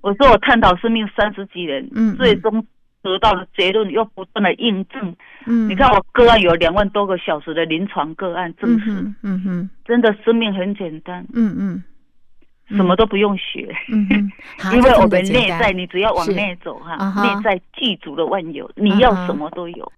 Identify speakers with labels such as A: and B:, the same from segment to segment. A: 我说我探讨生命三十几年，
B: 嗯嗯
A: 最终得到的结论又不断的印证。
B: 嗯，
A: 你看我个案有两万多个小时的临床个案证
B: 嗯
A: 实，
B: 哼，嗯哼，
A: 真的生命很简单，
B: 嗯嗯，嗯
A: 什么都不用学，
B: 嗯哼，好
A: 因
B: 这
A: 为
B: 么
A: 我
B: 的
A: 们
B: 简
A: 内
B: 单
A: 在，你只要往
B: 是
A: 内走哈、
B: 啊哈啊
A: 内在具足了万有，你要什么都有。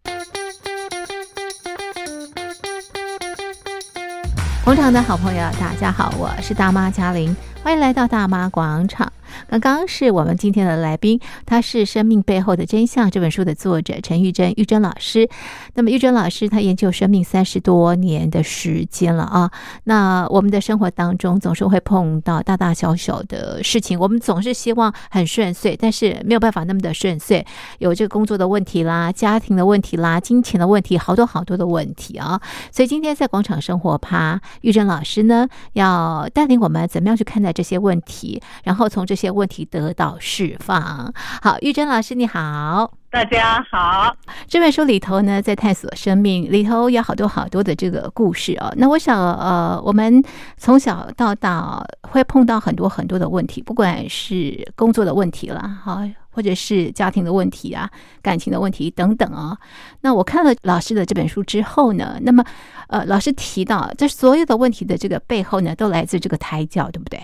B: 广场的好朋友，大家好，我是大妈嘉玲，欢迎来到大妈广场。刚刚是我们今天的来宾，他是《生命背后的真相》这本书的作者陈玉珍，玉珍老师。那么玉珍老师她研究生命三十多年的时间了啊。那我们的生活当中总是会碰到大大小小的事情，我们总是希望很顺遂，但是没有办法那么的顺遂，有这个工作的问题啦、家庭的问题啦、金钱的问题，好多好多的问题啊。所以今天在广场生活趴，玉珍老师呢要带领我们怎么样去看待这些问题，然后从这些问题得到释放。好，玉珍老师你好。
A: 大家好，
B: 这本书里头呢，在探索生命里头有好多好多的这个故事哦。那我想，呃，我们从小到大会碰到很多很多的问题，不管是工作的问题啦，哈、或者是家庭的问题啊、感情的问题等等啊、那我看了老师的这本书之后呢，那么，呃，老师提到，这所有的问题的这个背后呢，都来自这个胎教，对不对？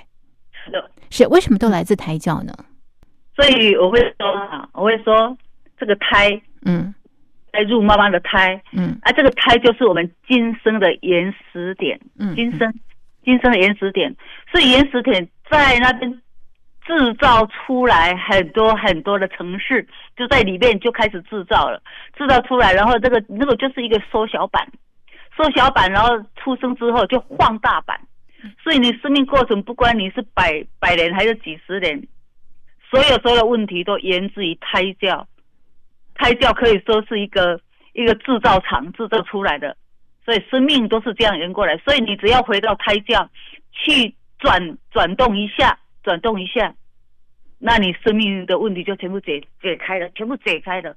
A: 是的。
B: 是为什么都来自胎教呢？
A: 所以我会说哈，我会说这个胎
B: 嗯
A: 在入妈妈的胎
B: 嗯
A: 啊，这个胎就是我们今生的原始点，
B: 嗯，
A: 今生今生的原始点，所以原始点在那边制造出来很多很多的城市，就在里面就开始制造了，制造出来，然后这个那个就是一个缩小版，缩小版，然后出生之后就放大版，
B: 嗯
A: 所以你生命过程不管你是百百年还是几十年，所有所有的问题都源自于胎教，胎教可以说是一个一个制造厂制造出来的，所以生命都是这样源过来，所以你只要回到胎教，去转转动一下，转动一下，那你生命的问题就全部解解开了，全部解开了，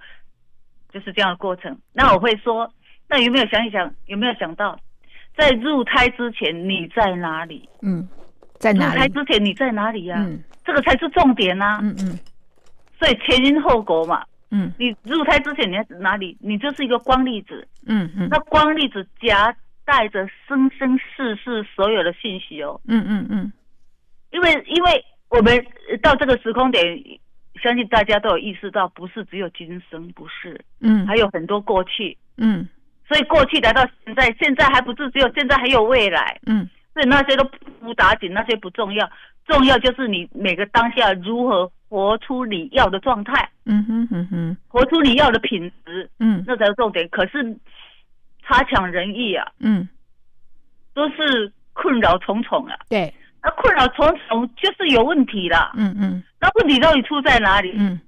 A: 就是这样的过程。那我会说，那有没有想一想，有没有想到，在入胎之前你在哪里？
B: 嗯，在
A: 入
B: 哪
A: 胎啊
B: 里？
A: 之前你在哪里呀、
B: 嗯
A: 这个才是重点呐、
B: 嗯嗯
A: 所以前因后果嘛，
B: 嗯
A: 你入胎之前你在哪里？你就是一个光粒子，
B: 嗯嗯
A: 那光粒子夹带着生生世世所有的信息哦。
B: 嗯嗯嗯
A: 因为因为我们呃到这个时空点，相信大家都有意识到，不是只有今生，不是
B: 嗯
A: 还有很多过去。
B: 嗯
A: 所以过去来到现在，现在还不是只有现在，还有未来。
B: 嗯
A: 所以那些都不打紧，那些不重要，重要就是你每个当下如何活出你要的状态，
B: 嗯哼嗯哼
A: 活出你要的品质，
B: 嗯
A: 那才是重点。可是差强人意啊，
B: 嗯，
A: 都是困扰重重啊。
B: 对，
A: 那困扰重重就是有问题啦。
B: 嗯嗯
A: 那问题到底出在哪里？
B: 嗯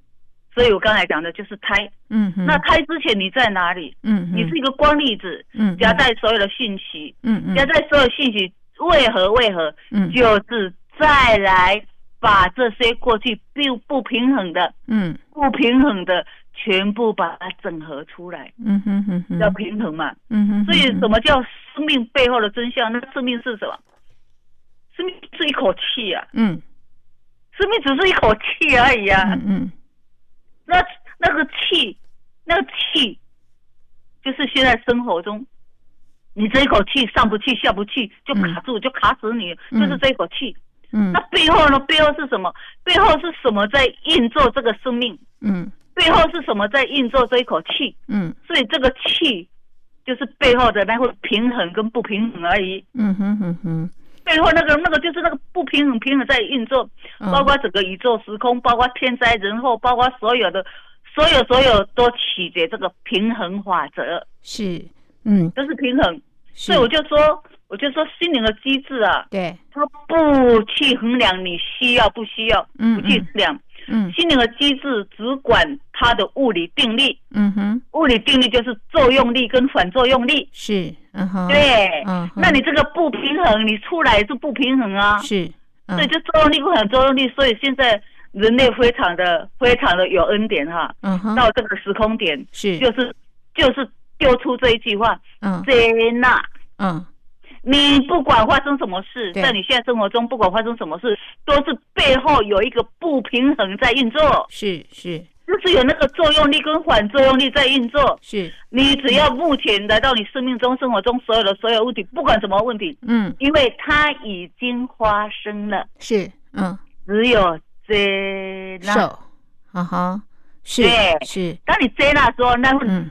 A: 所以我刚才讲的就是胎。
B: 嗯哼，
A: 那胎之前你在哪里？
B: 嗯
A: 你是一个光粒子，
B: 嗯
A: 夹带所有的信息，
B: 嗯嗯
A: 夹带所有信息，为何为何？
B: 嗯
A: 就是再来把这些过去并不平衡的、
B: 嗯
A: 不平衡的全部把它整合出来，
B: 嗯哼嗯哼
A: 要平衡嘛。
B: 嗯哼，
A: 所以什么叫生命背后的真相？那生命是什么？生命是一口气啊，
B: 嗯
A: 生命只是一口气而已啊。
B: 嗯嗯
A: 那那个气，那个气，就是现在生活中，你这一口气上不去下不去，就卡住，就卡死你，
B: 嗯
A: 就是这一口气。
B: 嗯
A: 那背后呢？背后是什么？背后是什么在运作这个生命？
B: 嗯
A: 背后是什么在运作这一口气？
B: 嗯
A: 所以这个气，就是背后的那份平衡跟不平衡而已。
B: 嗯哼嗯哼，
A: 背后那个那个就是那个不平衡，平衡在运作，
B: 嗯
A: 包括整个宇宙时空，包括天灾人祸，包括所有的所有所有都取决这个平衡法则，
B: 是嗯，
A: 这是平衡。
B: 所
A: 所以我就说，我就说心灵的机制啊，
B: 对
A: 它不去衡量你需要不需要，
B: 嗯
A: 不去衡量，
B: 嗯
A: 心灵的机制只管它的物理定律，
B: 嗯哼
A: 物理定律就是作用力跟反作用力，
B: 是嗯哼
A: 对。
B: 嗯
A: 那你这个不平衡，你出来是不平衡啊。
B: 是
A: 所以就作用力共享作用力，所以现在人类非常的非常的有恩典哈，
B: 嗯哼
A: 到这个时空点
B: 是
A: 就是就是丢出这一句话：
B: 嗯
A: 接纳
B: 嗯
A: 你不管发生什么事，
B: 对
A: 在你现在生活中不管发生什么事，都是背后有一个不平衡在运作，
B: 是是
A: 就是有那个作用力跟反作用力在运作。
B: 是，
A: 你只要目前来到你生命中、生活中所有的所有问题，不管什么问题，
B: 嗯
A: 因为它已经发生了，
B: 是嗯，
A: 只有接纳。
B: 手，啊哈，是
A: 对
B: 是，
A: 当你接纳之后，那份
B: 嗯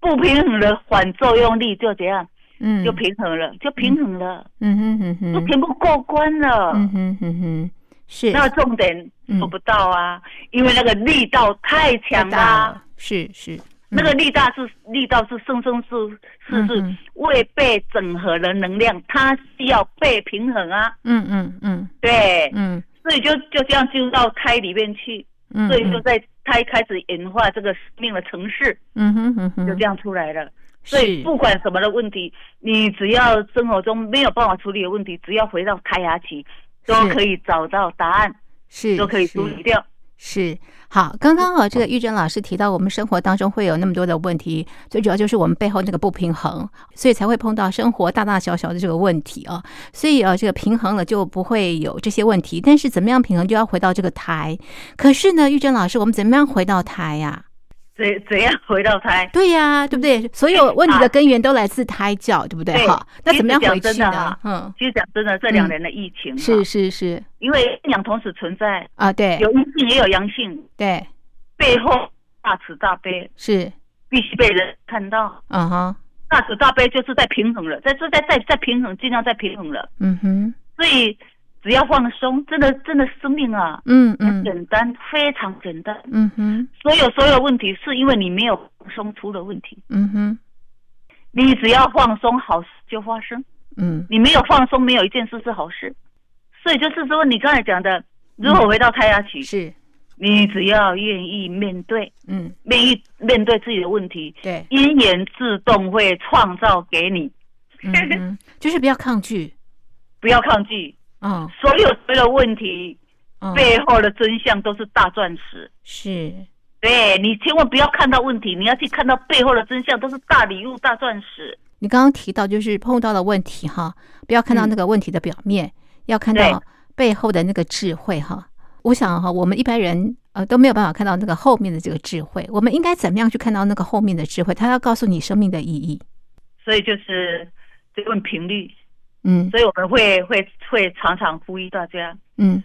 A: 不平衡的反作用力就怎样？
B: 嗯，
A: 就平衡了，就平衡了，
B: 嗯哼哼
A: 就
B: 哼，
A: 全部过关了。
B: 嗯哼哼哼，是
A: 那重点
B: 嗯
A: 做不到啊，因为那个力道太
B: 太
A: 强
B: 大
A: 啦
B: 了。，嗯是是，
A: 那个力大是力道是生生是是
B: 嗯
A: 是
B: 嗯
A: 未被整合的能量，它需要被平衡啊。
B: 嗯嗯嗯
A: 对，
B: 嗯
A: 所以就就这样进入到胎里面去，
B: 嗯，
A: 所以就在胎开始演化这个生命的城市，
B: 嗯哼哼哼，
A: 就这样出来了。所以
B: 是
A: 不管什么的问题，你只要生活中没有办法处理的问题，只要回到胎芽期，都
B: 是
A: 可以找到答案，
B: 是
A: 都可以
B: 是
A: 处理掉。
B: 是好，刚刚哦，这
A: 嗯
B: 个玉珍老师提到，我们生活当中会有那么多的问题，最主要就是我们背后那个不平衡，所以才会碰到生活大大小小的这个问题哦。所以呃，这个平衡了就不会有这些问题。但是怎么样平衡，就要回到这个台。可是呢，玉珍老师，我们怎么样回到台呀、
A: 怎怎样回到胎？
B: 对呀、对不对？所
A: 哎
B: 有问题的根源都来自胎教，对不对？
A: 对
B: 哈，那怎么样
A: 其实
B: 回
A: 讲真
B: 去
A: 的
B: 呢
A: 啊？
B: 嗯，
A: 其实讲真的，这两年的疫情、啊
B: 是，是是
A: 因为两同时存在，
B: 啊，对
A: 有阴性也有阳性，
B: 对
A: 背后大慈大悲
B: 是，
A: 必须被人看到。
B: 嗯哼，
A: 大慈大悲就是在平衡了，在这在在在平衡，尽量在平衡了。
B: 嗯哼，
A: 所以只要放松，真的真的生命啊，
B: 嗯
A: 很
B: 嗯
A: 简单，非常简单。
B: 嗯哼，
A: 所有所有问题是因为你没有放松出了问题，
B: 嗯哼，
A: 你只要放松，好事就发生。
B: 嗯
A: 你没有放松，没有一件事是好事。所以就是说，你刚才讲的，如果回到胎芽期，
B: 是。
A: 你只要愿意面对，
B: 嗯，
A: 愿意面对自己的问题，
B: 对，
A: 因缘自动会创造给你，
B: 嗯嗯，就是不要抗拒，
A: 不要抗拒。
B: 嗯
A: 所有所有的问题
B: 嗯，
A: 背后的真相都是大钻石。
B: 是，
A: 对你千万不要看到问题，你要去看到背后的真相，都是大礼物、大钻石。
B: 你刚刚提到就是碰到了问题哈，不要看到
A: 嗯
B: 那个问题的表面，要看
A: 对
B: 到背后的那个智慧哈。我想哈，我们一般人呃都没有办法看到那个后面的这个智慧，我们应该怎么样去看到那个后面的智慧？它要告诉你生命的意义。
A: 所以就是这问频率，
B: 嗯
A: 所以我们会会会常常呼吁大家，
B: 嗯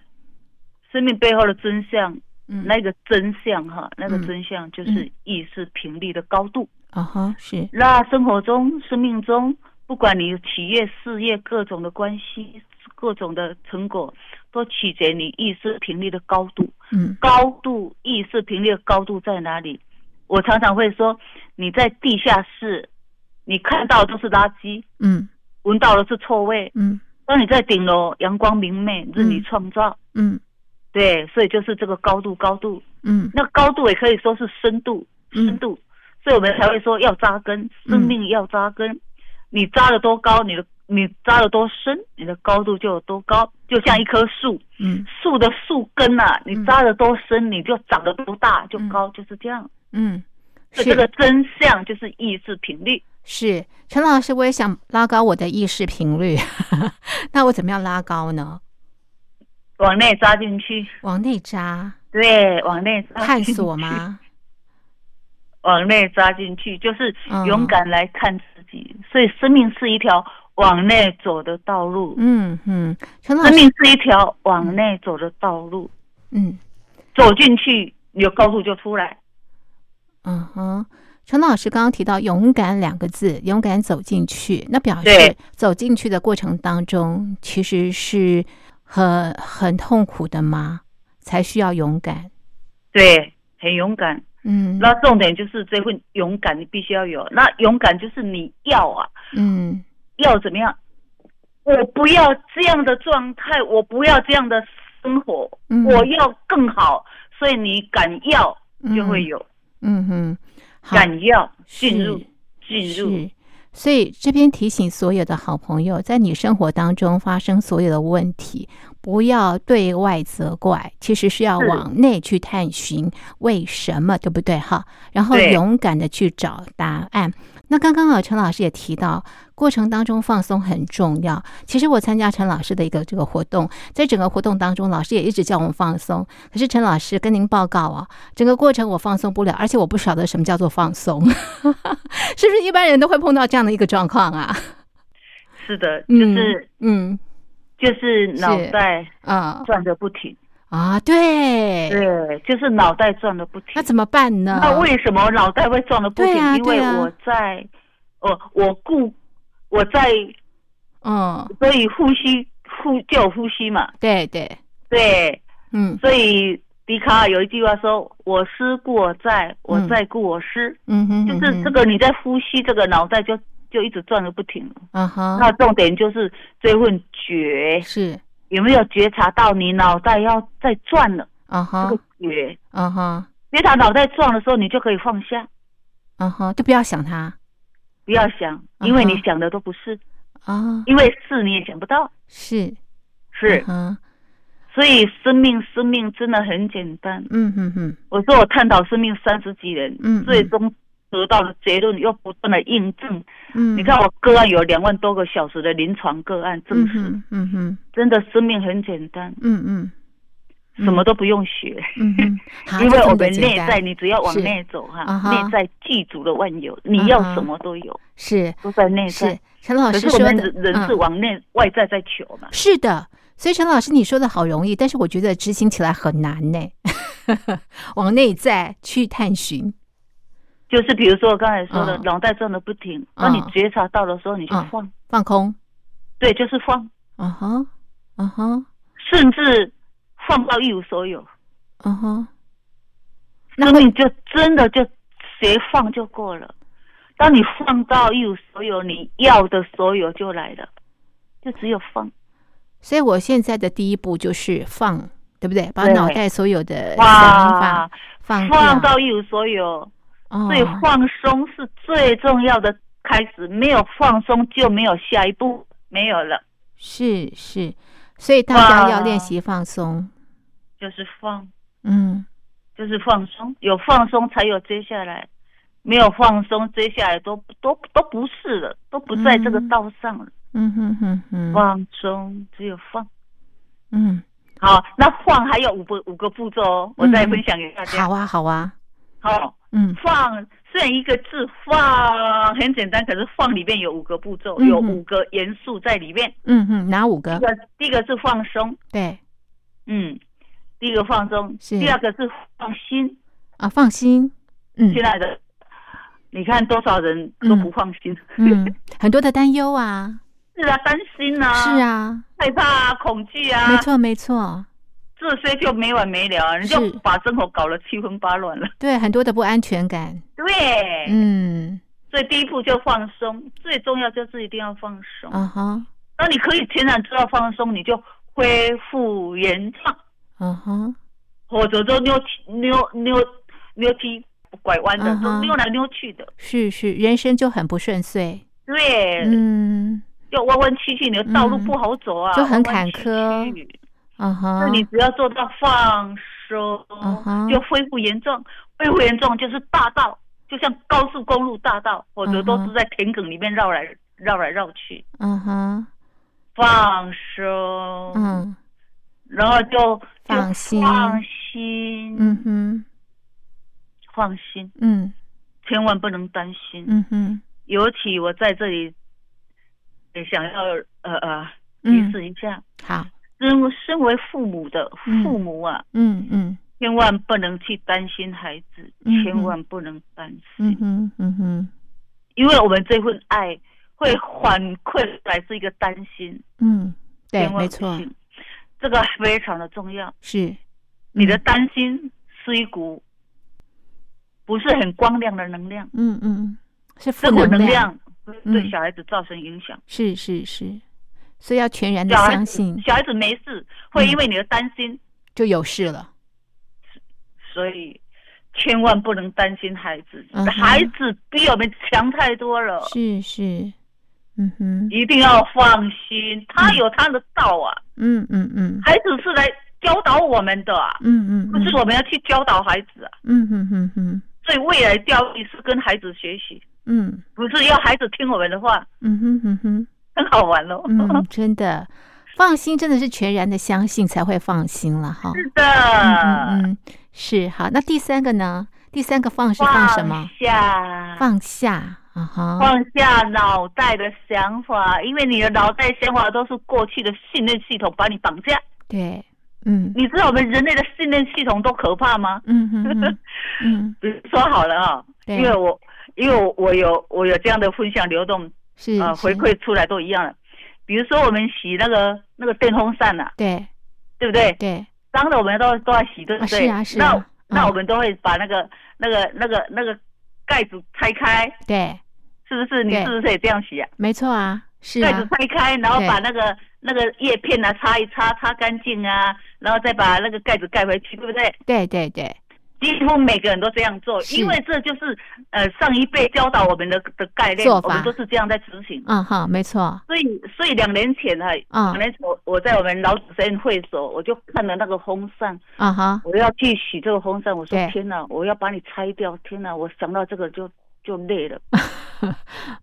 A: 生命背后的真相，
B: 嗯，
A: 那个真相哈，那个
B: 嗯
A: 真相就是意识频率的高度。
B: 啊哈是，
A: 那生活中、生命中，不管你企业、事业各种的关系、各种的成果，都取决于你意识频率的高度。
B: 嗯
A: 高度意识频率的高度在哪里？我常常会说，你在地下室，你看到都是垃圾，
B: 嗯
A: 闻到的是臭味；
B: 嗯
A: 当你在顶楼，阳光明媚，任你
B: 嗯
A: 创造。
B: 嗯
A: 对，所以就是这个高度，高度，
B: 嗯
A: 那高度也可以说是深度，深
B: 嗯
A: 度，所以我们才会说要扎根，生命要扎根。你扎得多高，你的你扎得多深，你的高度就有多高。就像一棵树，
B: 嗯
A: 树的树根啊，你
B: 嗯
A: 扎得多深，你就长得多大，就高，就是这样。
B: 嗯，
A: 所
B: 是
A: 以这个真相就是意志频率。
B: 是陈老师，我也想拉高我的意识频率， 那我怎么样拉高呢？
A: 往内扎进去，
B: 往内扎，
A: 对，往内扎
B: 探
A: 进
B: 索
A: 去？
B: 吗？
A: 往内扎进去，就是
B: 嗯
A: 勇敢来看自己。所以生命是一条往内走的道路，
B: 嗯嗯，陈老
A: 生
B: 师，
A: 命是一条往内走的道路。
B: 嗯
A: 走进去，你的高度就出来。
B: 嗯哼，陈老师刚刚提到“勇敢”两个字，勇敢走进去，那表示
A: 对
B: 走进去的过程当中，其实是很很痛苦的吗？才需要勇敢。
A: 对，很勇敢。
B: 嗯
A: 那重点就是这份勇敢，你必须要有。那勇敢就是你要啊，
B: 嗯
A: 要怎么样？我不要这样的状态，我不要这样的生活，
B: 嗯
A: 我要更好。所以你敢要，就会有、
B: 嗯哼，好
A: 敢要进
B: 是
A: 入进入
B: 是，所以这边提醒所有的好朋友，在你生活当中发生所有的问题，不要对外责怪，其实是要
A: 是
B: 往内去探寻为什么，对不对哈？然后
A: 对
B: 勇敢的去找答案。那刚刚啊，陈老师也提到，过程当中放松很重要。其实我参加陈老师的一个这个活动，在整个活动当中，老师也一直叫我们放松。可是陈老师跟您报告啊，整个过程我放松不了，而且我不晓得什么叫做放松，是不是一般人都会碰到这样的一个状况啊？
A: 是的，就是、
B: 嗯
A: 就是脑袋
B: 啊
A: 转的不停，
B: 啊，对，
A: 对，就是脑袋转的不停。
B: 那怎么办呢？
A: 那为什么脑袋会撞得不停？
B: 对啊
A: 因为
B: 对啊
A: 我在，我我顾我在，
B: 嗯，
A: 所以呼吸呼就有呼吸嘛，
B: 对对，
A: 对，
B: 嗯
A: 所以笛卡尔有一句话说：“我思故我在，我在故我思。
B: 嗯哼哼
A: 就是这个你在呼吸，这个脑袋就就一直转个不停。
B: 啊哈，
A: 那重点就是这份觉，
B: 是
A: 有没有觉察到你脑袋要在转了？
B: 啊
A: 这
B: 哈
A: 个觉，
B: 啊哈
A: 觉察脑袋转的时候，你就可以放下，
B: 啊哈，就不要想他
A: 不要想，因为
B: 嗯哼
A: 你想的都不是。
B: 啊，
A: 因为是你也想不到，
B: 是
A: 嗯是，
B: 啊，
A: 所以生命，生命真的很简单。
B: 嗯哼哼，
A: 我说我探讨生命三十几年，
B: 嗯
A: 最终得到的结论又不断的印证。
B: 嗯，
A: 你看我个案有两万多个小时的临床个案证
B: 嗯
A: 实，
B: 哼嗯哼
A: 真的生命很简单，
B: 嗯嗯嗯
A: 什么都不用学，
B: 嗯哼，好
A: 因
B: 就
A: 为
B: 这
A: 我
B: 么
A: 们
B: 简
A: 内
B: 单
A: 在，你只要往
B: 是
A: 内走哈，
B: 啊哈
A: 内在具足的万有，你要什么都有，
B: 是
A: 都在内在
B: 哦是。陈老
A: 可
B: 师
A: 是
B: 说
A: 我
B: 的
A: 们人，人是
B: 嗯
A: 往内、外在在求嘛，
B: 是的。所以陈老师，你说的好容易，但是我觉得执行起来很难呢。 往内在去探寻，
A: 就是比如说我刚才说的，
B: 嗯
A: 脑袋转的不停，
B: 嗯
A: 当你觉察到的时候，你就
B: 哦
A: 放，
B: 放空，
A: 对，就是放，
B: 啊哈，啊哈，
A: 甚至放到一无所有，
B: 啊哈，那
A: 生命就真的就随放就过了。当你放到一无所有，你要的所有就来了，就只有放。
B: 所以我现在的第一步就是放，对不对？把
A: 对
B: 脑袋所有的想
A: 哇
B: 法，放掉
A: 放到一无所有，
B: 哦
A: 所以放松是最重要的开始。没有放松，就没有下一步，没有了，
B: 是是，所以大家
A: 哇
B: 要练习放松。
A: 就是放。
B: 嗯，
A: 就是放松，有放松才有接下来，没有放松，接下来都都都不是了，都不在这个道上了。
B: 嗯哼哼哼，
A: 放松只有放。
B: 嗯，
A: 好，那放还有五个五个步骤哦，我再分享给大家。
B: 好啊嗯好啊，
A: 好，
B: 嗯
A: 放虽然一个字放很简单，可是放里面有五个步骤，
B: 嗯
A: 有五个元素在里面。
B: 嗯哼，哪五
A: 第一
B: 个？
A: 个第一个是啊放松，
B: 对
A: 嗯，第一个放松，
B: 是
A: 第二个是放心。
B: 啊，放心。嗯
A: 现在的你看多少人都不放心。
B: 嗯，很多的担忧啊，
A: 是啊，担心啊，
B: 是，啊，
A: 害怕啊，恐惧啊，
B: 没，错没错，
A: 这些就没完没了啊，你就是把生活搞得七分八乱了。
B: 对，很多的不安全感。
A: 对，
B: 嗯
A: 所以第一步就放松，最重要就是一定要放松。
B: 啊哈
A: 当你可以全然做到放松，你就恢复原状，
B: 啊哈，
A: 或者就扭扭扭扭踢拐弯的
B: 嗯，
A: 就
B: 哼
A: 扭来扭去的。
B: 是是，人生就很不顺遂。
A: 对，
B: 嗯
A: 就弯弯曲曲，你的道路
B: 嗯
A: 不好走啊，
B: 就很
A: 弯弯曲曲
B: 坎坷啊哈，
A: 那你只要做到放松
B: 嗯哼
A: 就恢复原状。恢复原状就是大道，就像高速公路大道，或者都
B: 嗯
A: 是在田埂里面绕来绕来绕去。
B: 嗯哼，
A: 放松，，
B: 嗯
A: 然后就
B: 放
A: 就
B: 心
A: 放心，
B: 嗯哼，
A: 放心，
B: 嗯
A: 千万不能担心。
B: 嗯哼，
A: 尤其我在这里，也想要呃呃提
B: 嗯，
A: 示一下，
B: 好，
A: 身为身为父母的
B: 嗯
A: 父母啊，
B: 嗯嗯
A: 千万不能去担心孩子，
B: 嗯
A: 千万不能担心，
B: 嗯哼嗯哼
A: 因为我们这份爱会反馈来是一个担心，
B: 嗯，对
A: 千，万
B: 没
A: 不
B: 错，嗯
A: 行，这个非常的重要。
B: 是
A: 你的，担心是一股不是很光亮的能量，
B: 嗯嗯嗯，是负
A: 这股能
B: 量，
A: 量会
B: 嗯
A: 对小孩子造成影响。
B: 是是是，所以要全然的
A: 小孩
B: 嗯相
A: 子
B: 信
A: 小孩子没事，会因为你的担心，
B: 就有事了。
A: 所以千万不能担心孩子，
B: 嗯哼
A: 孩子比我们强太多了。
B: 是是，嗯哼，
A: 一定要放心，他有他的道啊，
B: 嗯嗯嗯
A: 孩子是来教导我们的啊，
B: 嗯嗯
A: 不是我们要去教导孩子啊，
B: 嗯哼哼哼，
A: 所以未来教育是跟孩子学习，
B: 嗯
A: 不是要孩子听我们的话，
B: 嗯哼嗯哼，
A: 很好玩哦。
B: 嗯，真的，放心真的是全然的相信才会放心了哈。
A: 是的，
B: 嗯嗯嗯，是好。那第三个呢？第三个放是放什么？
A: 下，
B: 放下啊哈。
A: 放下脑袋的想法，因为你的脑袋想法都是过去的训练系统把你绑架。
B: 对， 嗯
A: 你知道我们人类的训练系统多可怕吗？
B: 嗯哼哼，嗯，
A: 比如说好了哈、
B: 对
A: 因为我因为我我有我有这样的分享流动，
B: 是
A: 呃，回
B: 是
A: 馈出来都一样了。比如说我们洗那个那个电风扇呐、啊，
B: 对
A: 对不对？
B: 对，
A: 脏的我们都都要洗，对
B: 啊
A: 不对？
B: 是啊是
A: 那、
B: 啊，
A: 那
B: 嗯
A: 我们都会把那个那个那个那个盖子拆开，
B: 对，
A: 是不是？你
B: 对
A: 是不是也这样洗啊？
B: 没错啊，是
A: 盖子
B: 啊，
A: 拆开，然后
B: 对
A: 把那个那个叶片啊擦一擦，擦干净啊，然后再把那个盖子盖回去，对不对？
B: 对对对，
A: 几乎每个人都这样做，
B: 是
A: 因为这就是呃上一辈教导我们的的概念，
B: 做
A: 我
B: 法
A: 们都是这样在执行。
B: 嗯哈，没错，
A: 所以，所以两年前啊，
B: 嗯
A: 两年前我我在我们老子实验会所，我就看了那个风扇，
B: 啊哈，
A: 我要去洗这个风扇，我说
B: 对
A: 天哪，我要把你拆掉，天哪，我想到这个就就累了，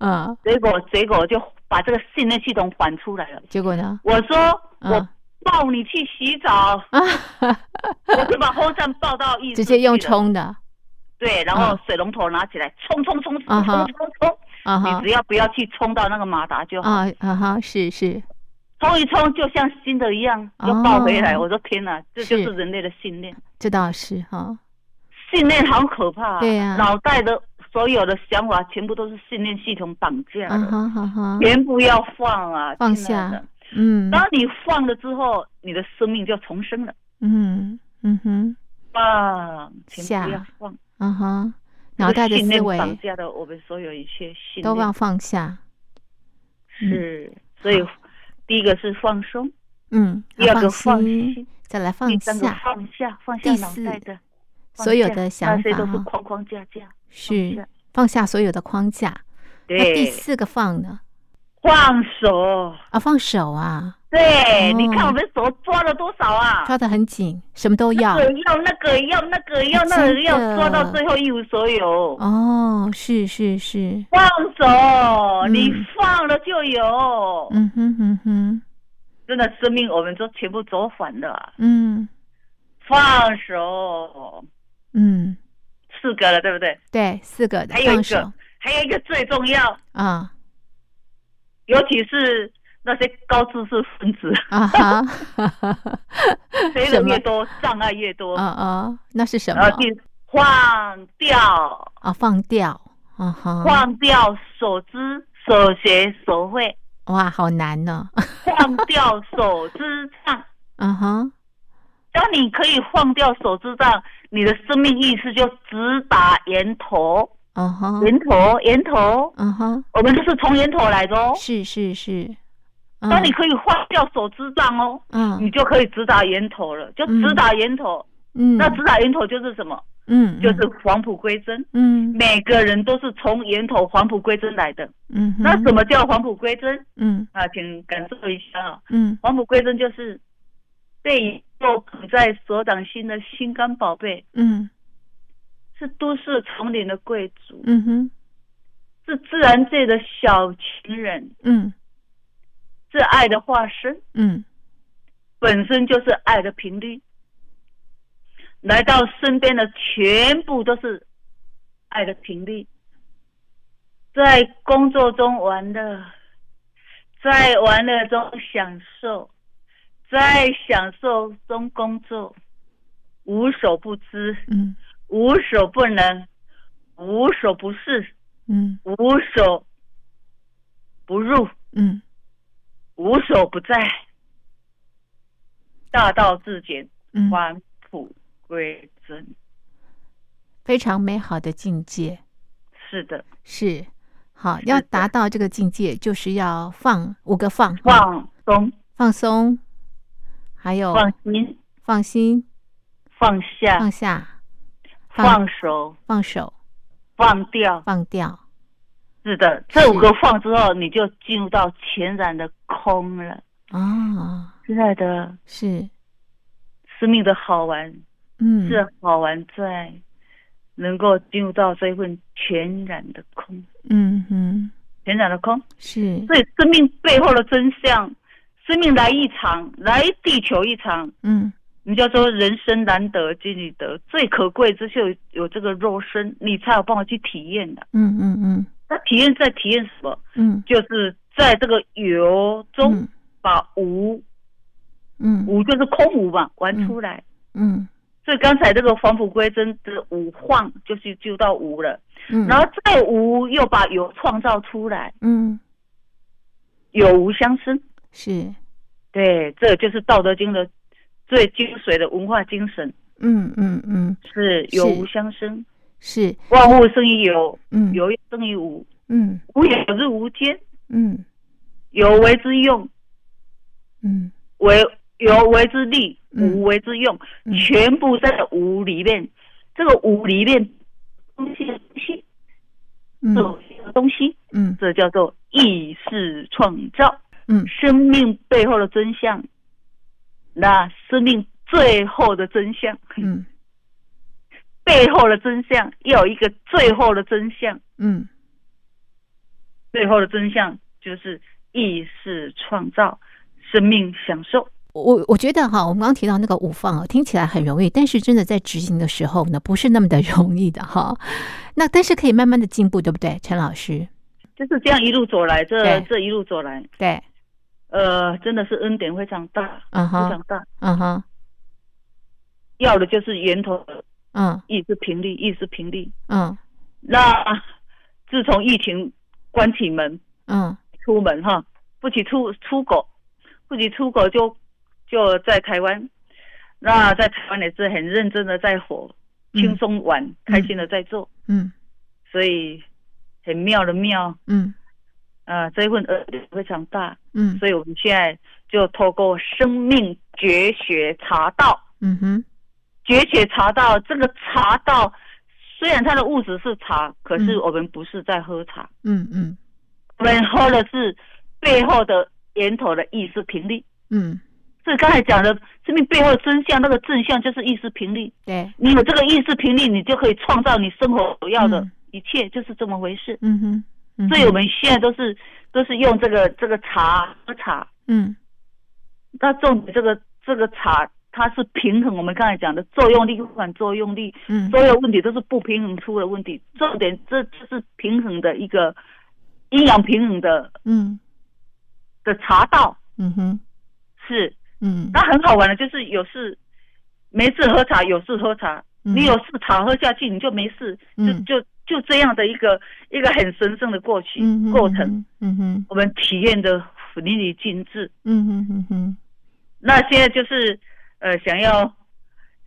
B: 嗯，
A: 结果结果就把这个信念系统反出来了。
B: 结果呢？
A: 我说
B: 嗯
A: 我抱你去洗 澡，
B: 啊，
A: 我就把风扇抱到浴室，
B: 直接用，冲的，
A: 对，然后
B: 嗯
A: 水龙头拿起来冲冲冲冲
B: 啊哈
A: 冲冲冲。
B: 啊
A: 你
B: 哈
A: 只，要不要去冲到那个马达就好，
B: 啊啊哈，是是，
A: 冲一冲就像新的一样
B: 哦
A: 要抱回来。我说天哪，这就是是人类的信念，
B: 这倒是哈，
A: 信念好可怕、啊
B: 对呀
A: 脑袋的所有的想法全部都是信念系统绑架
B: 啊
A: 的，
B: 哈哈哈，
A: 全部要放啊，
B: 放
A: 亲爱的
B: 下。嗯
A: 当你放了之后，你的生命就重生了。
B: 嗯嗯哼，
A: 放，全部
B: 下
A: 要放。
B: 啊哈，脑袋
A: 这个
B: 的
A: 信
B: 思
A: 念
B: 维
A: 绑架了我们所有一切信念，
B: 都要放下，
A: 是。所以，第一个是放松，
B: 嗯，
A: 第二个
B: 放
A: 放
B: 心
A: 心，
B: 再来放
A: 第三个
B: 下，
A: 放下，放下
B: 第
A: 脑
B: 四
A: 袋的。
B: 所有的想
A: 那些
B: 法
A: 都是
B: 哈，
A: 框框架架。
B: 是
A: 下
B: 放下所有的框架。那第
A: 对，
B: 四个放呢？
A: 放手。
B: 啊，放手啊，
A: 对，
B: 哦
A: 你看我们手抓了多少啊？
B: 抓得很紧，什么都要
A: 这。个要那个要那个要那
B: 真的
A: 个要抓到最后一无所有。
B: 哦，是是是，
A: 放手，
B: 嗯
A: 你放了就有。
B: 嗯哼嗯哼，
A: 真的，生命我们都全部走反了。
B: 嗯
A: 放手，
B: 嗯，
A: 四个了，对不对？
B: 对，四个的
A: 还有一
B: 放
A: 个
B: 手
A: 还有一个最重要，
B: 啊
A: 尤其是那些高知识分子，
B: 啊 哈，哈哈哈
A: 谁
B: 什
A: 人
B: 么
A: 越多，障碍越多。
B: 啊啊，那是什么
A: 然后第放掉，
B: 啊？放掉啊哈，
A: 放掉所知、所学、所会，
B: 哇，好难呢，
A: 放掉所知障。
B: 啊哈，
A: 当你可以放掉所知障，你的生命意识就直达源头，
B: 啊哈，
A: 源头，源头，
B: 啊哈，
A: 我们就是从源头来的哦。
B: 是是是，嗯
A: 当你可以放掉所知障哦，
B: 嗯
A: 你就可以直达源头了，就直达源头。
B: 嗯，
A: 那直达源头就是什么？
B: 嗯
A: 就是返璞归真。
B: 嗯
A: 每个人都是从源头返璞归真来的。
B: 嗯，
A: 那什
B: 么
A: 么叫返璞归真？
B: 嗯
A: 啊，请感受一下啊，
B: 嗯
A: 返璞归真就是被宇宙捧在手掌心的心肝宝贝，
B: 嗯
A: 是都市丛林的贵族，
B: 嗯哼
A: 是自然界的小情人，
B: 嗯
A: 是爱的化身，
B: 嗯
A: 本身就是爱的频率。来到身边的全部都是爱的频率，在工作中玩乐，在玩乐中享受，在享受中工作，无所不知，
B: 嗯
A: 无所不能，无所不是，
B: 嗯
A: 无所不入，
B: 嗯，
A: 无所不在，大道至简，
B: 嗯，
A: 返璞归真。
B: 非常美好的境界
A: 是的，
B: 是。好，要
A: 的
B: 达到这个境界，就是要放五个放，嗯
A: 放松、
B: 放松，还有
A: 放啊心、
B: 放心、
A: 放下
B: 哦放、下、放
A: 放手、
B: 放手、
A: 放掉。
B: 放掉。
A: 是的，这五个放之后，你就进入到全然的空了。
B: 啊，
A: 亲爱的，
B: 是，
A: 生命的好玩啊
B: 嗯，
A: 是好玩在能够进入到这一份全然的空，
B: 嗯哼，
A: 全然的空。
B: 是，
A: 所以生命背后的真相，生命来一场，来地球一场，
B: 嗯
A: 你就说人生难得今已得，最可贵之就有有这个肉身，你才有办法去体验的。
B: 嗯嗯嗯
A: 那体验在体验什么？
B: 嗯
A: 就是在这个有中
B: 嗯
A: 把无，
B: 嗯
A: 无就是空无嘛，玩出来。
B: 嗯
A: 所以刚才这个返璞归真的五晃，就是就到无了，
B: 嗯，
A: 然后再无又把有创造出来，
B: 嗯
A: 有无相生。
B: 是，
A: 对，这就是《道德经》的最精髓的文化精神，
B: 嗯嗯嗯
A: 是有无相生，
B: 是，
A: 万物生于有，
B: 嗯
A: 有生于无，
B: 嗯
A: 无有日无间，
B: 嗯
A: 有为之用，
B: 嗯
A: 为有为之利，
B: 嗯
A: 无为之用，
B: 嗯
A: 全部在无里面。这个无里面东西的东西，
B: 嗯
A: 有些的东西，
B: 嗯
A: 这叫做意识创造。
B: 嗯
A: 生命背后的真相，那生命最后的真相。
B: 嗯
A: 背后的真相，要有一个最后的真相。
B: 嗯
A: 最后的真相就是意识创造，生命享受。
B: 我我觉得哈，我们刚刚提到那个五放哦，听起来很容易，但是真的在执行的时候呢，不是那么的容易的哈。那但是可以慢慢的进步，对不对，陈老师？
A: 就是这样一路走来，这
B: 对
A: 这一路走来，
B: 对，
A: 呃，真的是恩典非常大，
B: 嗯
A: 非
B: 哼
A: 常，大。
B: 嗯哼，
A: 要的就是源头的
B: 嗯
A: 意识频率，意识频率。
B: 嗯
A: 那自从疫情关起门
B: 嗯
A: 出门哈，不许出出国，不许出国就就在台湾。那在台湾也是很认真的在活，
B: 嗯
A: 轻松玩，开心的在做，
B: 嗯
A: 所以很妙的妙
B: 嗯
A: 啊、呃这一份恩典非常大，
B: 嗯
A: 所以我们现在就透过生命绝学茶道，
B: 嗯哼，
A: 绝学茶道这个茶道，虽然它的物质是茶，可是
B: 嗯
A: 我们不是在喝茶，
B: 嗯嗯
A: 我们喝的是背后的源头的意识频率。
B: 嗯，
A: 所以刚才讲的生命背后的真相，那个正向就是意识频率。
B: 对，
A: 你有这个意识频率，你就可以创造你生活所要的
B: 嗯
A: 一切，就是这么回事。
B: 嗯哼，嗯
A: 所以我们现在都是都是用这个这个茶喝茶，
B: 嗯
A: 那重点这个这个茶它是平衡我们刚才讲的作用力、反作用力，
B: 嗯
A: 所有问题都是不平衡出了问题。重点这就是平衡的一个阴阳平衡的
B: 嗯
A: 的茶道
B: 嗯哼
A: 是。
B: 嗯
A: 那很好玩的，就是有事没事喝茶，有事喝茶。
B: 嗯
A: 你有事茶喝下去，你就没事，
B: 嗯
A: 就就就这样的一个一个很神圣的过去、
B: 嗯
A: 过程，，
B: 嗯哼
A: 我们体验的淋漓尽致。
B: 嗯哼嗯哼
A: 那现在就是呃，想要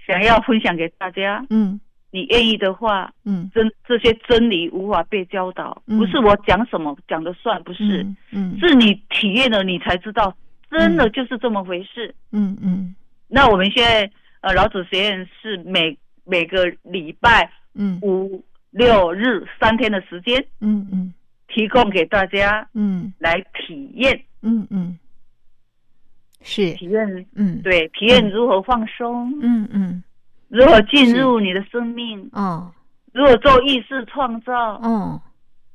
A: 想要分享给大家，
B: 嗯
A: 你愿意的话，
B: 嗯
A: 真这些真理无法被教导，
B: 嗯
A: 不是我讲什么讲的算，不是，
B: 嗯
A: 是你体验了你才知道，真的就是这么回事。
B: 嗯嗯
A: 那我们现在呃老子学院是每每个礼拜
B: 嗯
A: 五六日三天的时间，
B: 嗯嗯
A: 提供给大家
B: 嗯
A: 来体验，
B: 嗯嗯，是
A: 体验
B: 嗯
A: 对体验如何放松，
B: 嗯嗯
A: 如何进入你的生命，
B: 哦
A: 如何做意识创造，
B: 哦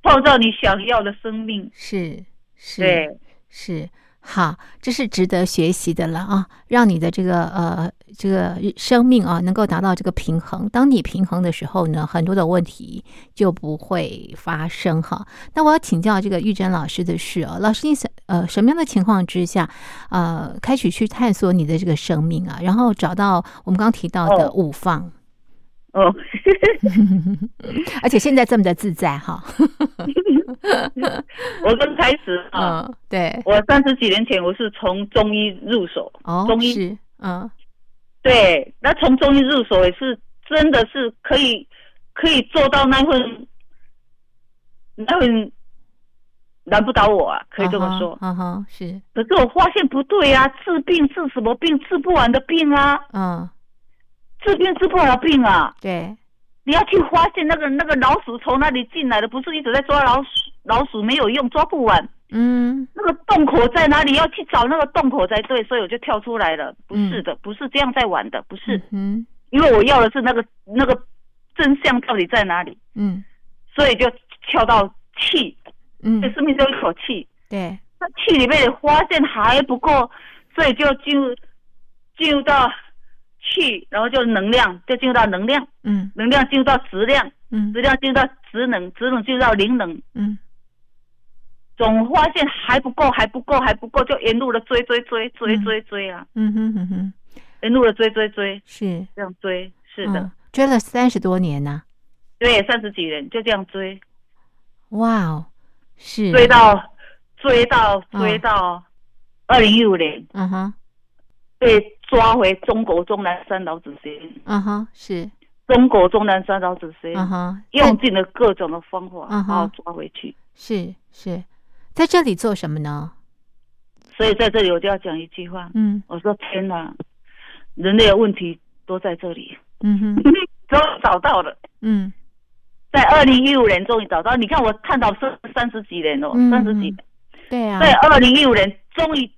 A: 创造你想要的生命。
B: 是是
A: 对，
B: 是好，这是值得学习的了啊，让你的这个呃这个生命啊能够达到这个平衡。当你平衡的时候呢，很多的问题就不会发生哈。那我要请教这个玉珍老师的是哦，老师你什呃什么样的情况之下，呃开始去探索你的这个生命啊，然后找到我们刚刚提到的
A: 哦
B: 五放，
A: 哦，
B: 而且现在这么的自在哈。
A: 我刚开始啊，
B: 嗯，对，
A: 我三十几年前我是从中医入手，
B: 哦
A: 中，医
B: 是，嗯
A: 对，那从中医入手也是真的是可以可以做到那份那份难不倒我啊，可以这么说。
B: 嗯哼，是，
A: 可是我发现不对啊，治病治什么病？治不完的病啊，
B: 嗯，
A: 治病治不完的病啊！
B: 对，
A: 你要去发现那个那个老鼠从哪里进来的，不是一直在抓老鼠，老鼠没有用，抓不完。
B: 嗯。
A: 那个洞口在哪里？要去找那个洞口才对，所以我就跳出来了。不是的，不是这样在玩的，不是。
B: 嗯
A: 因为我要的是那个那个真相到底在哪里，
B: 嗯
A: 所以就跳到气，
B: 嗯
A: 就，生命中一口气，
B: 对，
A: 那气里面的发现还不够，所以就进入进入到气，然后就能量，就进入到能量，
B: 嗯
A: 能量进入到质量，
B: 嗯
A: 质量进入到职能，职能进入到灵能，
B: 嗯
A: 总发现还不够，还不够，还不够，就沿路的追追追追追追啊，
B: 嗯哼哼哼，
A: 沿路的追追追，
B: 是，
A: 这样追，是的，
B: 嗯，追了三十多年呢、
A: 对，三十几人就这样追，
B: 哇哦，是
A: 追，到追到追
B: 嗯
A: 到二零一五年
B: 嗯哼
A: 被抓回中国终南山老子学院，
B: 嗯哼，是，
A: 中国终南山老子学
B: 嗯
A: 院
B: 哼，
A: 用
B: 在
A: 尽了各种的方法
B: 嗯哼
A: 把我抓回去，
B: 是是，在这里做什么呢？
A: 所以在这里我就要讲一句话，
B: 嗯
A: 我说天哪，人类的问题都在这里，
B: 嗯哼
A: 终于找到了。
B: 嗯
A: 在二零一五年终于找到，你看我探讨是三十几年哦
B: 嗯，
A: 三十几年，
B: 对啊，
A: 在二零一五年终于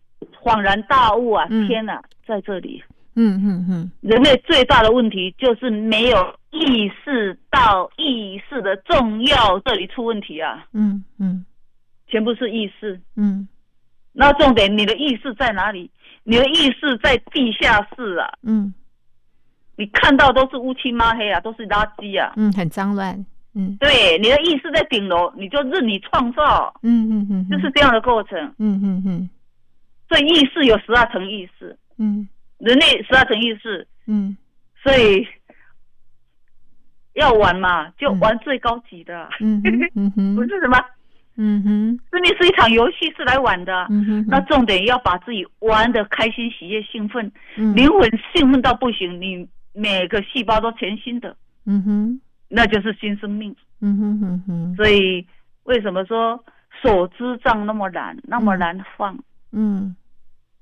A: 恍然大悟啊！
B: 嗯
A: 天哪，在这里，
B: 嗯嗯嗯
A: 人类最大的问题就是没有意识到意识的重要，这里出问题啊，
B: 嗯嗯
A: 全部是意识。
B: 嗯
A: 那重点，你的意识在哪里？你的意识在地下室啊！
B: 嗯
A: 你看到都是乌漆抹黑啊，都是垃圾啊！
B: 嗯，很脏乱，嗯
A: 对，你的意识在顶楼，你就任你创造，
B: 嗯嗯嗯，
A: 就是这样的过程。
B: 嗯嗯嗯
A: 所以意识有十二层意识，
B: 嗯
A: 人类十二层意识，
B: 嗯
A: 所以要玩嘛，就玩最高级的啊，
B: 嗯 嗯
A: 不
B: 哼
A: 是什么
B: 嗯哼
A: 生命是一场游戏，是来玩的啊。
B: 嗯哼，
A: 那重点要把自己玩的开心、喜悦、兴奋，灵
B: 嗯
A: 魂兴奋到不行，你每个细胞都全新的，
B: 嗯哼
A: 那就是新生命。
B: 嗯哼嗯哼
A: 所以为什么说手支杖那么难，那么
B: 嗯
A: 难放？
B: 嗯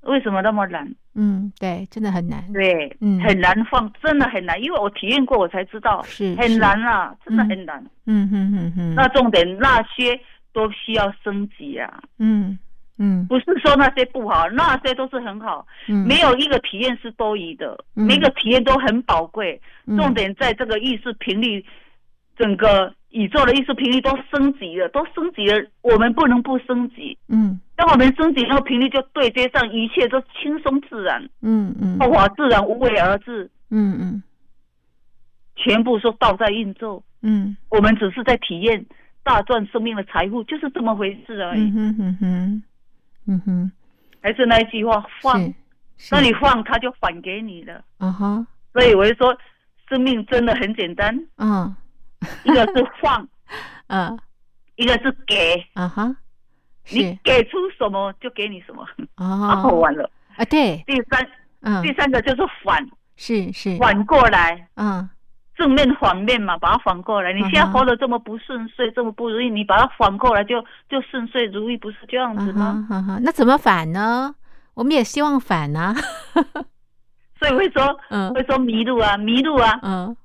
A: 为什么那么难？
B: 嗯，对，真的很难，
A: 对，
B: 嗯
A: 很难放，真的很难，因为我体验过，我才知道
B: 是
A: 很
B: 是
A: 难啊，真的
B: 嗯
A: 很难。
B: 嗯哼嗯哼，
A: 那重点那些都需要升级啊，
B: 嗯嗯
A: 不是说那些不好，那些都是很好，
B: 嗯，
A: 没有一个体验是多余的，
B: 嗯
A: 每个体验都很宝贵。
B: 嗯
A: 重点在这个意识频率，整个宇宙的意识频率都升级了，都升级了，我们不能不升级。
B: 嗯
A: 当我们升级那个频率，就对接上，一切都轻松自然，
B: 嗯嗯
A: 后法自然，无为而治。
B: 嗯嗯
A: 全部说道在运作，
B: 嗯
A: 我们只是在体验大赚生命的财富，就是这么回事而已。
B: 嗯哼嗯哼嗯哼，
A: 还是那一句话，放，
B: 是
A: 那你放他就还给你了。
B: 啊哈
A: 所以我就说，生命真的很简单，
B: 啊
A: 一个是 放，
B: 啊
A: 一个是给，
B: 啊哈，
A: 你
B: 是
A: 给出什么就给你什么，
B: 啊
A: 好好玩了。
B: 啊对，
A: 第三，
B: 嗯
A: 第三个就是反，
B: 是是
A: 反过来。
B: 啊
A: 正面反面嘛，把它反过来。你现在
B: 嗯哼
A: 活得这么不顺遂，这么不如意，你把它反过来就就顺遂如意，不是这样
B: 啊
A: 子吗？
B: 哈啊哈，那怎么反呢？我们也希望 反呐，
A: 所以会说
B: 嗯
A: 会说迷路啊，迷路啊，
B: 嗯，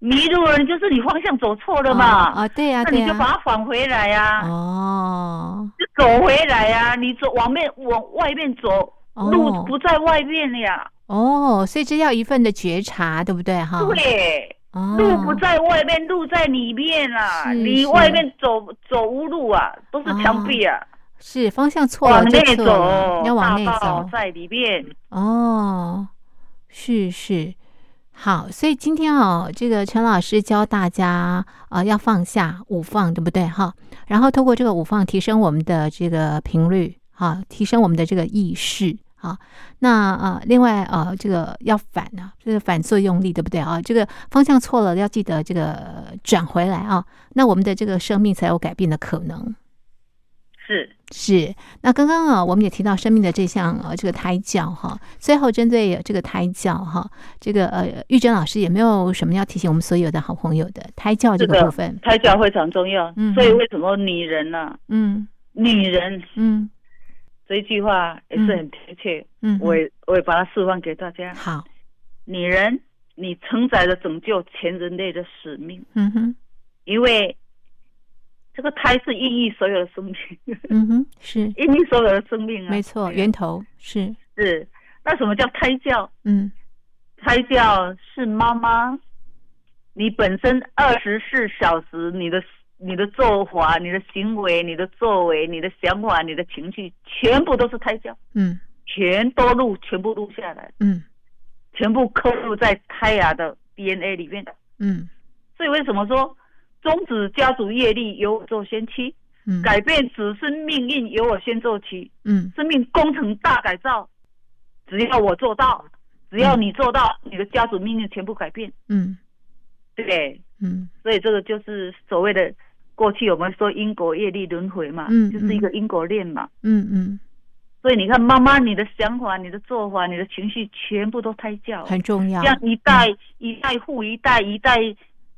A: 迷路了，就是你方向走错了嘛。
B: 啊对呀
A: 那
B: 对
A: 你就把
B: 呀，
A: 它返回来呀、
B: 哦
A: 就走回来呀、你走往面往外面走，
B: 哦
A: 路不在外面了呀。
B: 哦，所以这要一份的觉察，对不对哈？
A: 对，
B: 哦，
A: 路不在外面，路在里面啊。
B: 是
A: 你
B: 是
A: 外面走走无路啊，都是墙壁啊。
B: 是方向错了
A: 往
B: 哦就
A: 内
B: 错
A: 走
B: 了，，要往内
A: 大道
B: 走。
A: 在里面。
B: 哦，是是，好，所以今天哦，这个陈老师教大家呃要放下五放，对不对哈？然后透过这个五放提升我们的这个频率，哈，提升我们的这个意识。啊，那呃，另外呃，这个要反啊，这个反作用力，对不对啊？这个方向错了，要记得这个呃转回来啊，那我们的这个生命才有改变的可能。
A: 是，
B: 是，那刚刚啊，我们也提到生命的这项呃这个胎教哈，最后针对这个胎教哈，这个呃玉珍老师也没有什么要提醒我们所有的好朋友的胎教这
A: 是
B: 个
A: 的
B: 部分，
A: 胎教非常重要。
B: 嗯
A: 所以为什么女人呢、
B: 嗯
A: 女人
B: 嗯
A: 这一句话也是很贴切，
B: 嗯，
A: 我也我也把它释放给大家。
B: 好，
A: 女人，你承载了拯救全人类的使命，
B: 嗯哼
A: 因为这个胎是孕育所有的生命，
B: 嗯哼，是
A: 孕育所有的生命啊。
B: 没错，
A: 对
B: 源头是
A: 是。那什么叫胎教？
B: 嗯
A: 胎教是妈妈你本身二十四小时你的你的做法、你的行为、你的作为、你的想法、你的情绪，全部都是胎教，
B: 嗯
A: 全都录，全部录下来，
B: 嗯
A: 全部刻入在胎儿的 DNA 里面的。
B: 嗯
A: 所以为什么说终止家族业力由我做先期，
B: 嗯，
A: 改变子孙命运由我先做起，
B: 嗯
A: 生命工程大改造，只要我做到，只要你做到，你的家族命运全部改变。
B: 嗯
A: 对，
B: 嗯
A: 所以这个就是所谓的过去我们说因果业力轮回嘛，
B: 嗯
A: 就是一个因果链嘛。
B: 嗯嗯，
A: 所以你看，妈妈，你的想法、你的做法、你的情绪，全部都胎教，
B: 嗯很重要
A: 这。样一代一代护一代，一代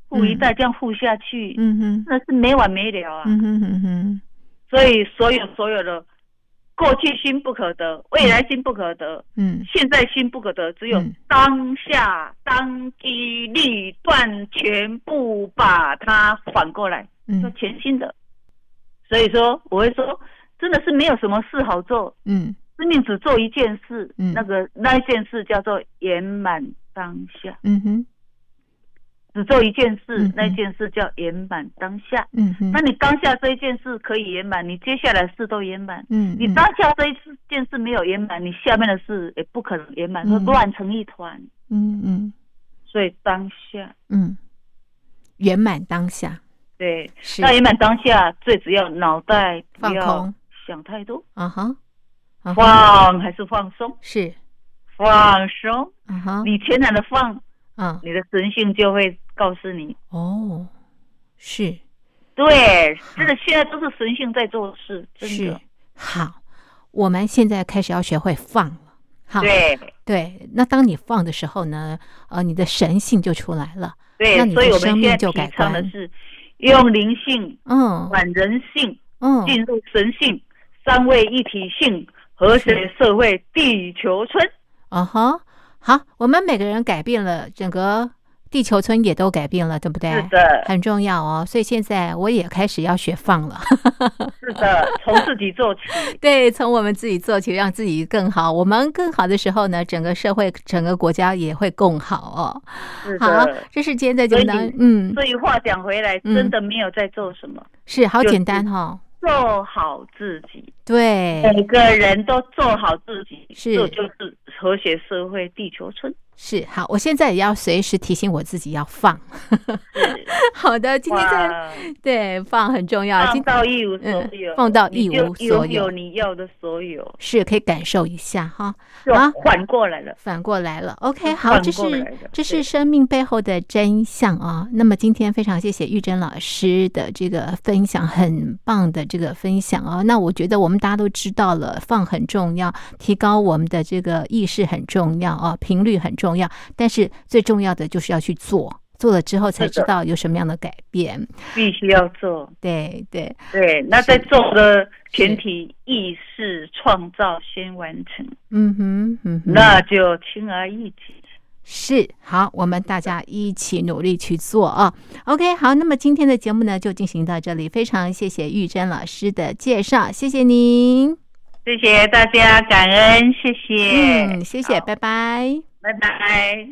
A: 护一代，这样护下去，
B: 嗯哼，
A: 那是没完没了啊。
B: 嗯哼哼哼，
A: 所以，所有所有的过去心不可得，未来心不可得，
B: 嗯
A: 现在心不可得，只有
B: 嗯
A: 当下、当机立断，全部把它反过来，就
B: 嗯
A: 全新的。所以说，我会说，真的是没有什么事好做，
B: 嗯
A: 生命只做一件事，
B: 嗯
A: 那个那一件事叫做圆满当下，
B: 嗯哼，
A: 只做一件事，
B: 嗯嗯
A: 那一件事叫圆满当下。
B: 嗯哼
A: 那，你当下这一件事可以圆满，你接下来的事都圆满。
B: 嗯，
A: 你当下这一件事没有圆满，你下面的事也不可能圆满，会
B: 嗯
A: 乱成一团。
B: 嗯嗯
A: 所以当下，
B: 嗯，圆满当下
A: 对，
B: 是
A: 那圆满当下最主要脑袋不
B: 放
A: 要
B: 空
A: 想太多，
B: 啊哈，啊哈
A: 放还是放松？
B: 是
A: 放松，
B: 啊哈，
A: 你全然的放，
B: 啊
A: 你的神性就会告诉你，
B: 哦是。
A: 对，真的现在都是神性在做事，真
B: 是
A: 的，
B: 好，我们现在开始要学会放了。好，
A: 对
B: 对那当你放的时候呢，呃，你的神性就出来了。那
A: 对，
B: 你的
A: 所以我们
B: 生命
A: 现在
B: 就改
A: 提倡的
B: 观
A: 是用灵性
B: 嗯
A: 管人性。
B: 嗯
A: 进入神性、三位一体性、和谐社会、地球村。
B: 啊哈，好，我们每个人改变了，整个地球村也都改变了，对不对？
A: 是的，
B: 很重要哦，所以现在我也开始要学放了。
A: 是 的，从自己做起。
B: 对，从我们自己做起，让自己更好。我们更好的时候呢，整个社会、整个国家也会更好
A: 是
B: 哦。好
A: 的，，
B: 这是今天在节目当
A: 所以
B: 中，嗯，
A: 所以话讲回来，
B: 嗯
A: 真的没有在做什么，
B: 是好
A: 就
B: 简
A: 是
B: 单哈、哦。
A: 做好自己。
B: 对，
A: 每个人都做好自己，
B: 是
A: 这就是和谐社会、地球村。
B: 是好，我现在也要随时提醒我自己要放。
A: 是
B: 好的，今天在
A: 哇
B: 对放很重要，
A: 放
B: 今
A: 到一无所有，
B: 嗯放到一
A: 你就
B: 无所有啊
A: 拥有你要的所有，
B: 是可以感受一下哈。
A: 就
B: 啊
A: 缓过来了。
B: 反过来了，OK，
A: 是
B: 好，
A: 嗯反
B: 这
A: 过来的
B: 是这是
A: 对
B: 生命背后的真相啊。那么今天非常谢谢玉珍老师的这个分享，很棒的这个分享啊。那我觉得我们大家都知道了，放很重要，提高我们的这个意识很重要啊，频率很重要，但是最重要的就是要去做，做了之后才
A: 是
B: 知
A: 的
B: 道有什么样的改变。
A: 必须要做。
B: 对对，
A: 对，那在做的前提，意识创造先完成，
B: 嗯哼，嗯哼，
A: 那就轻而易举。
B: 是好，我们大家一起努力去做啊。OK，好，那么今天的节目呢就进行到这里，非常谢谢玉珍老师的介绍，谢谢您，
A: 谢谢大家，感恩，谢谢，
B: 嗯，谢谢，
A: 好
B: 拜拜。
A: 拜拜。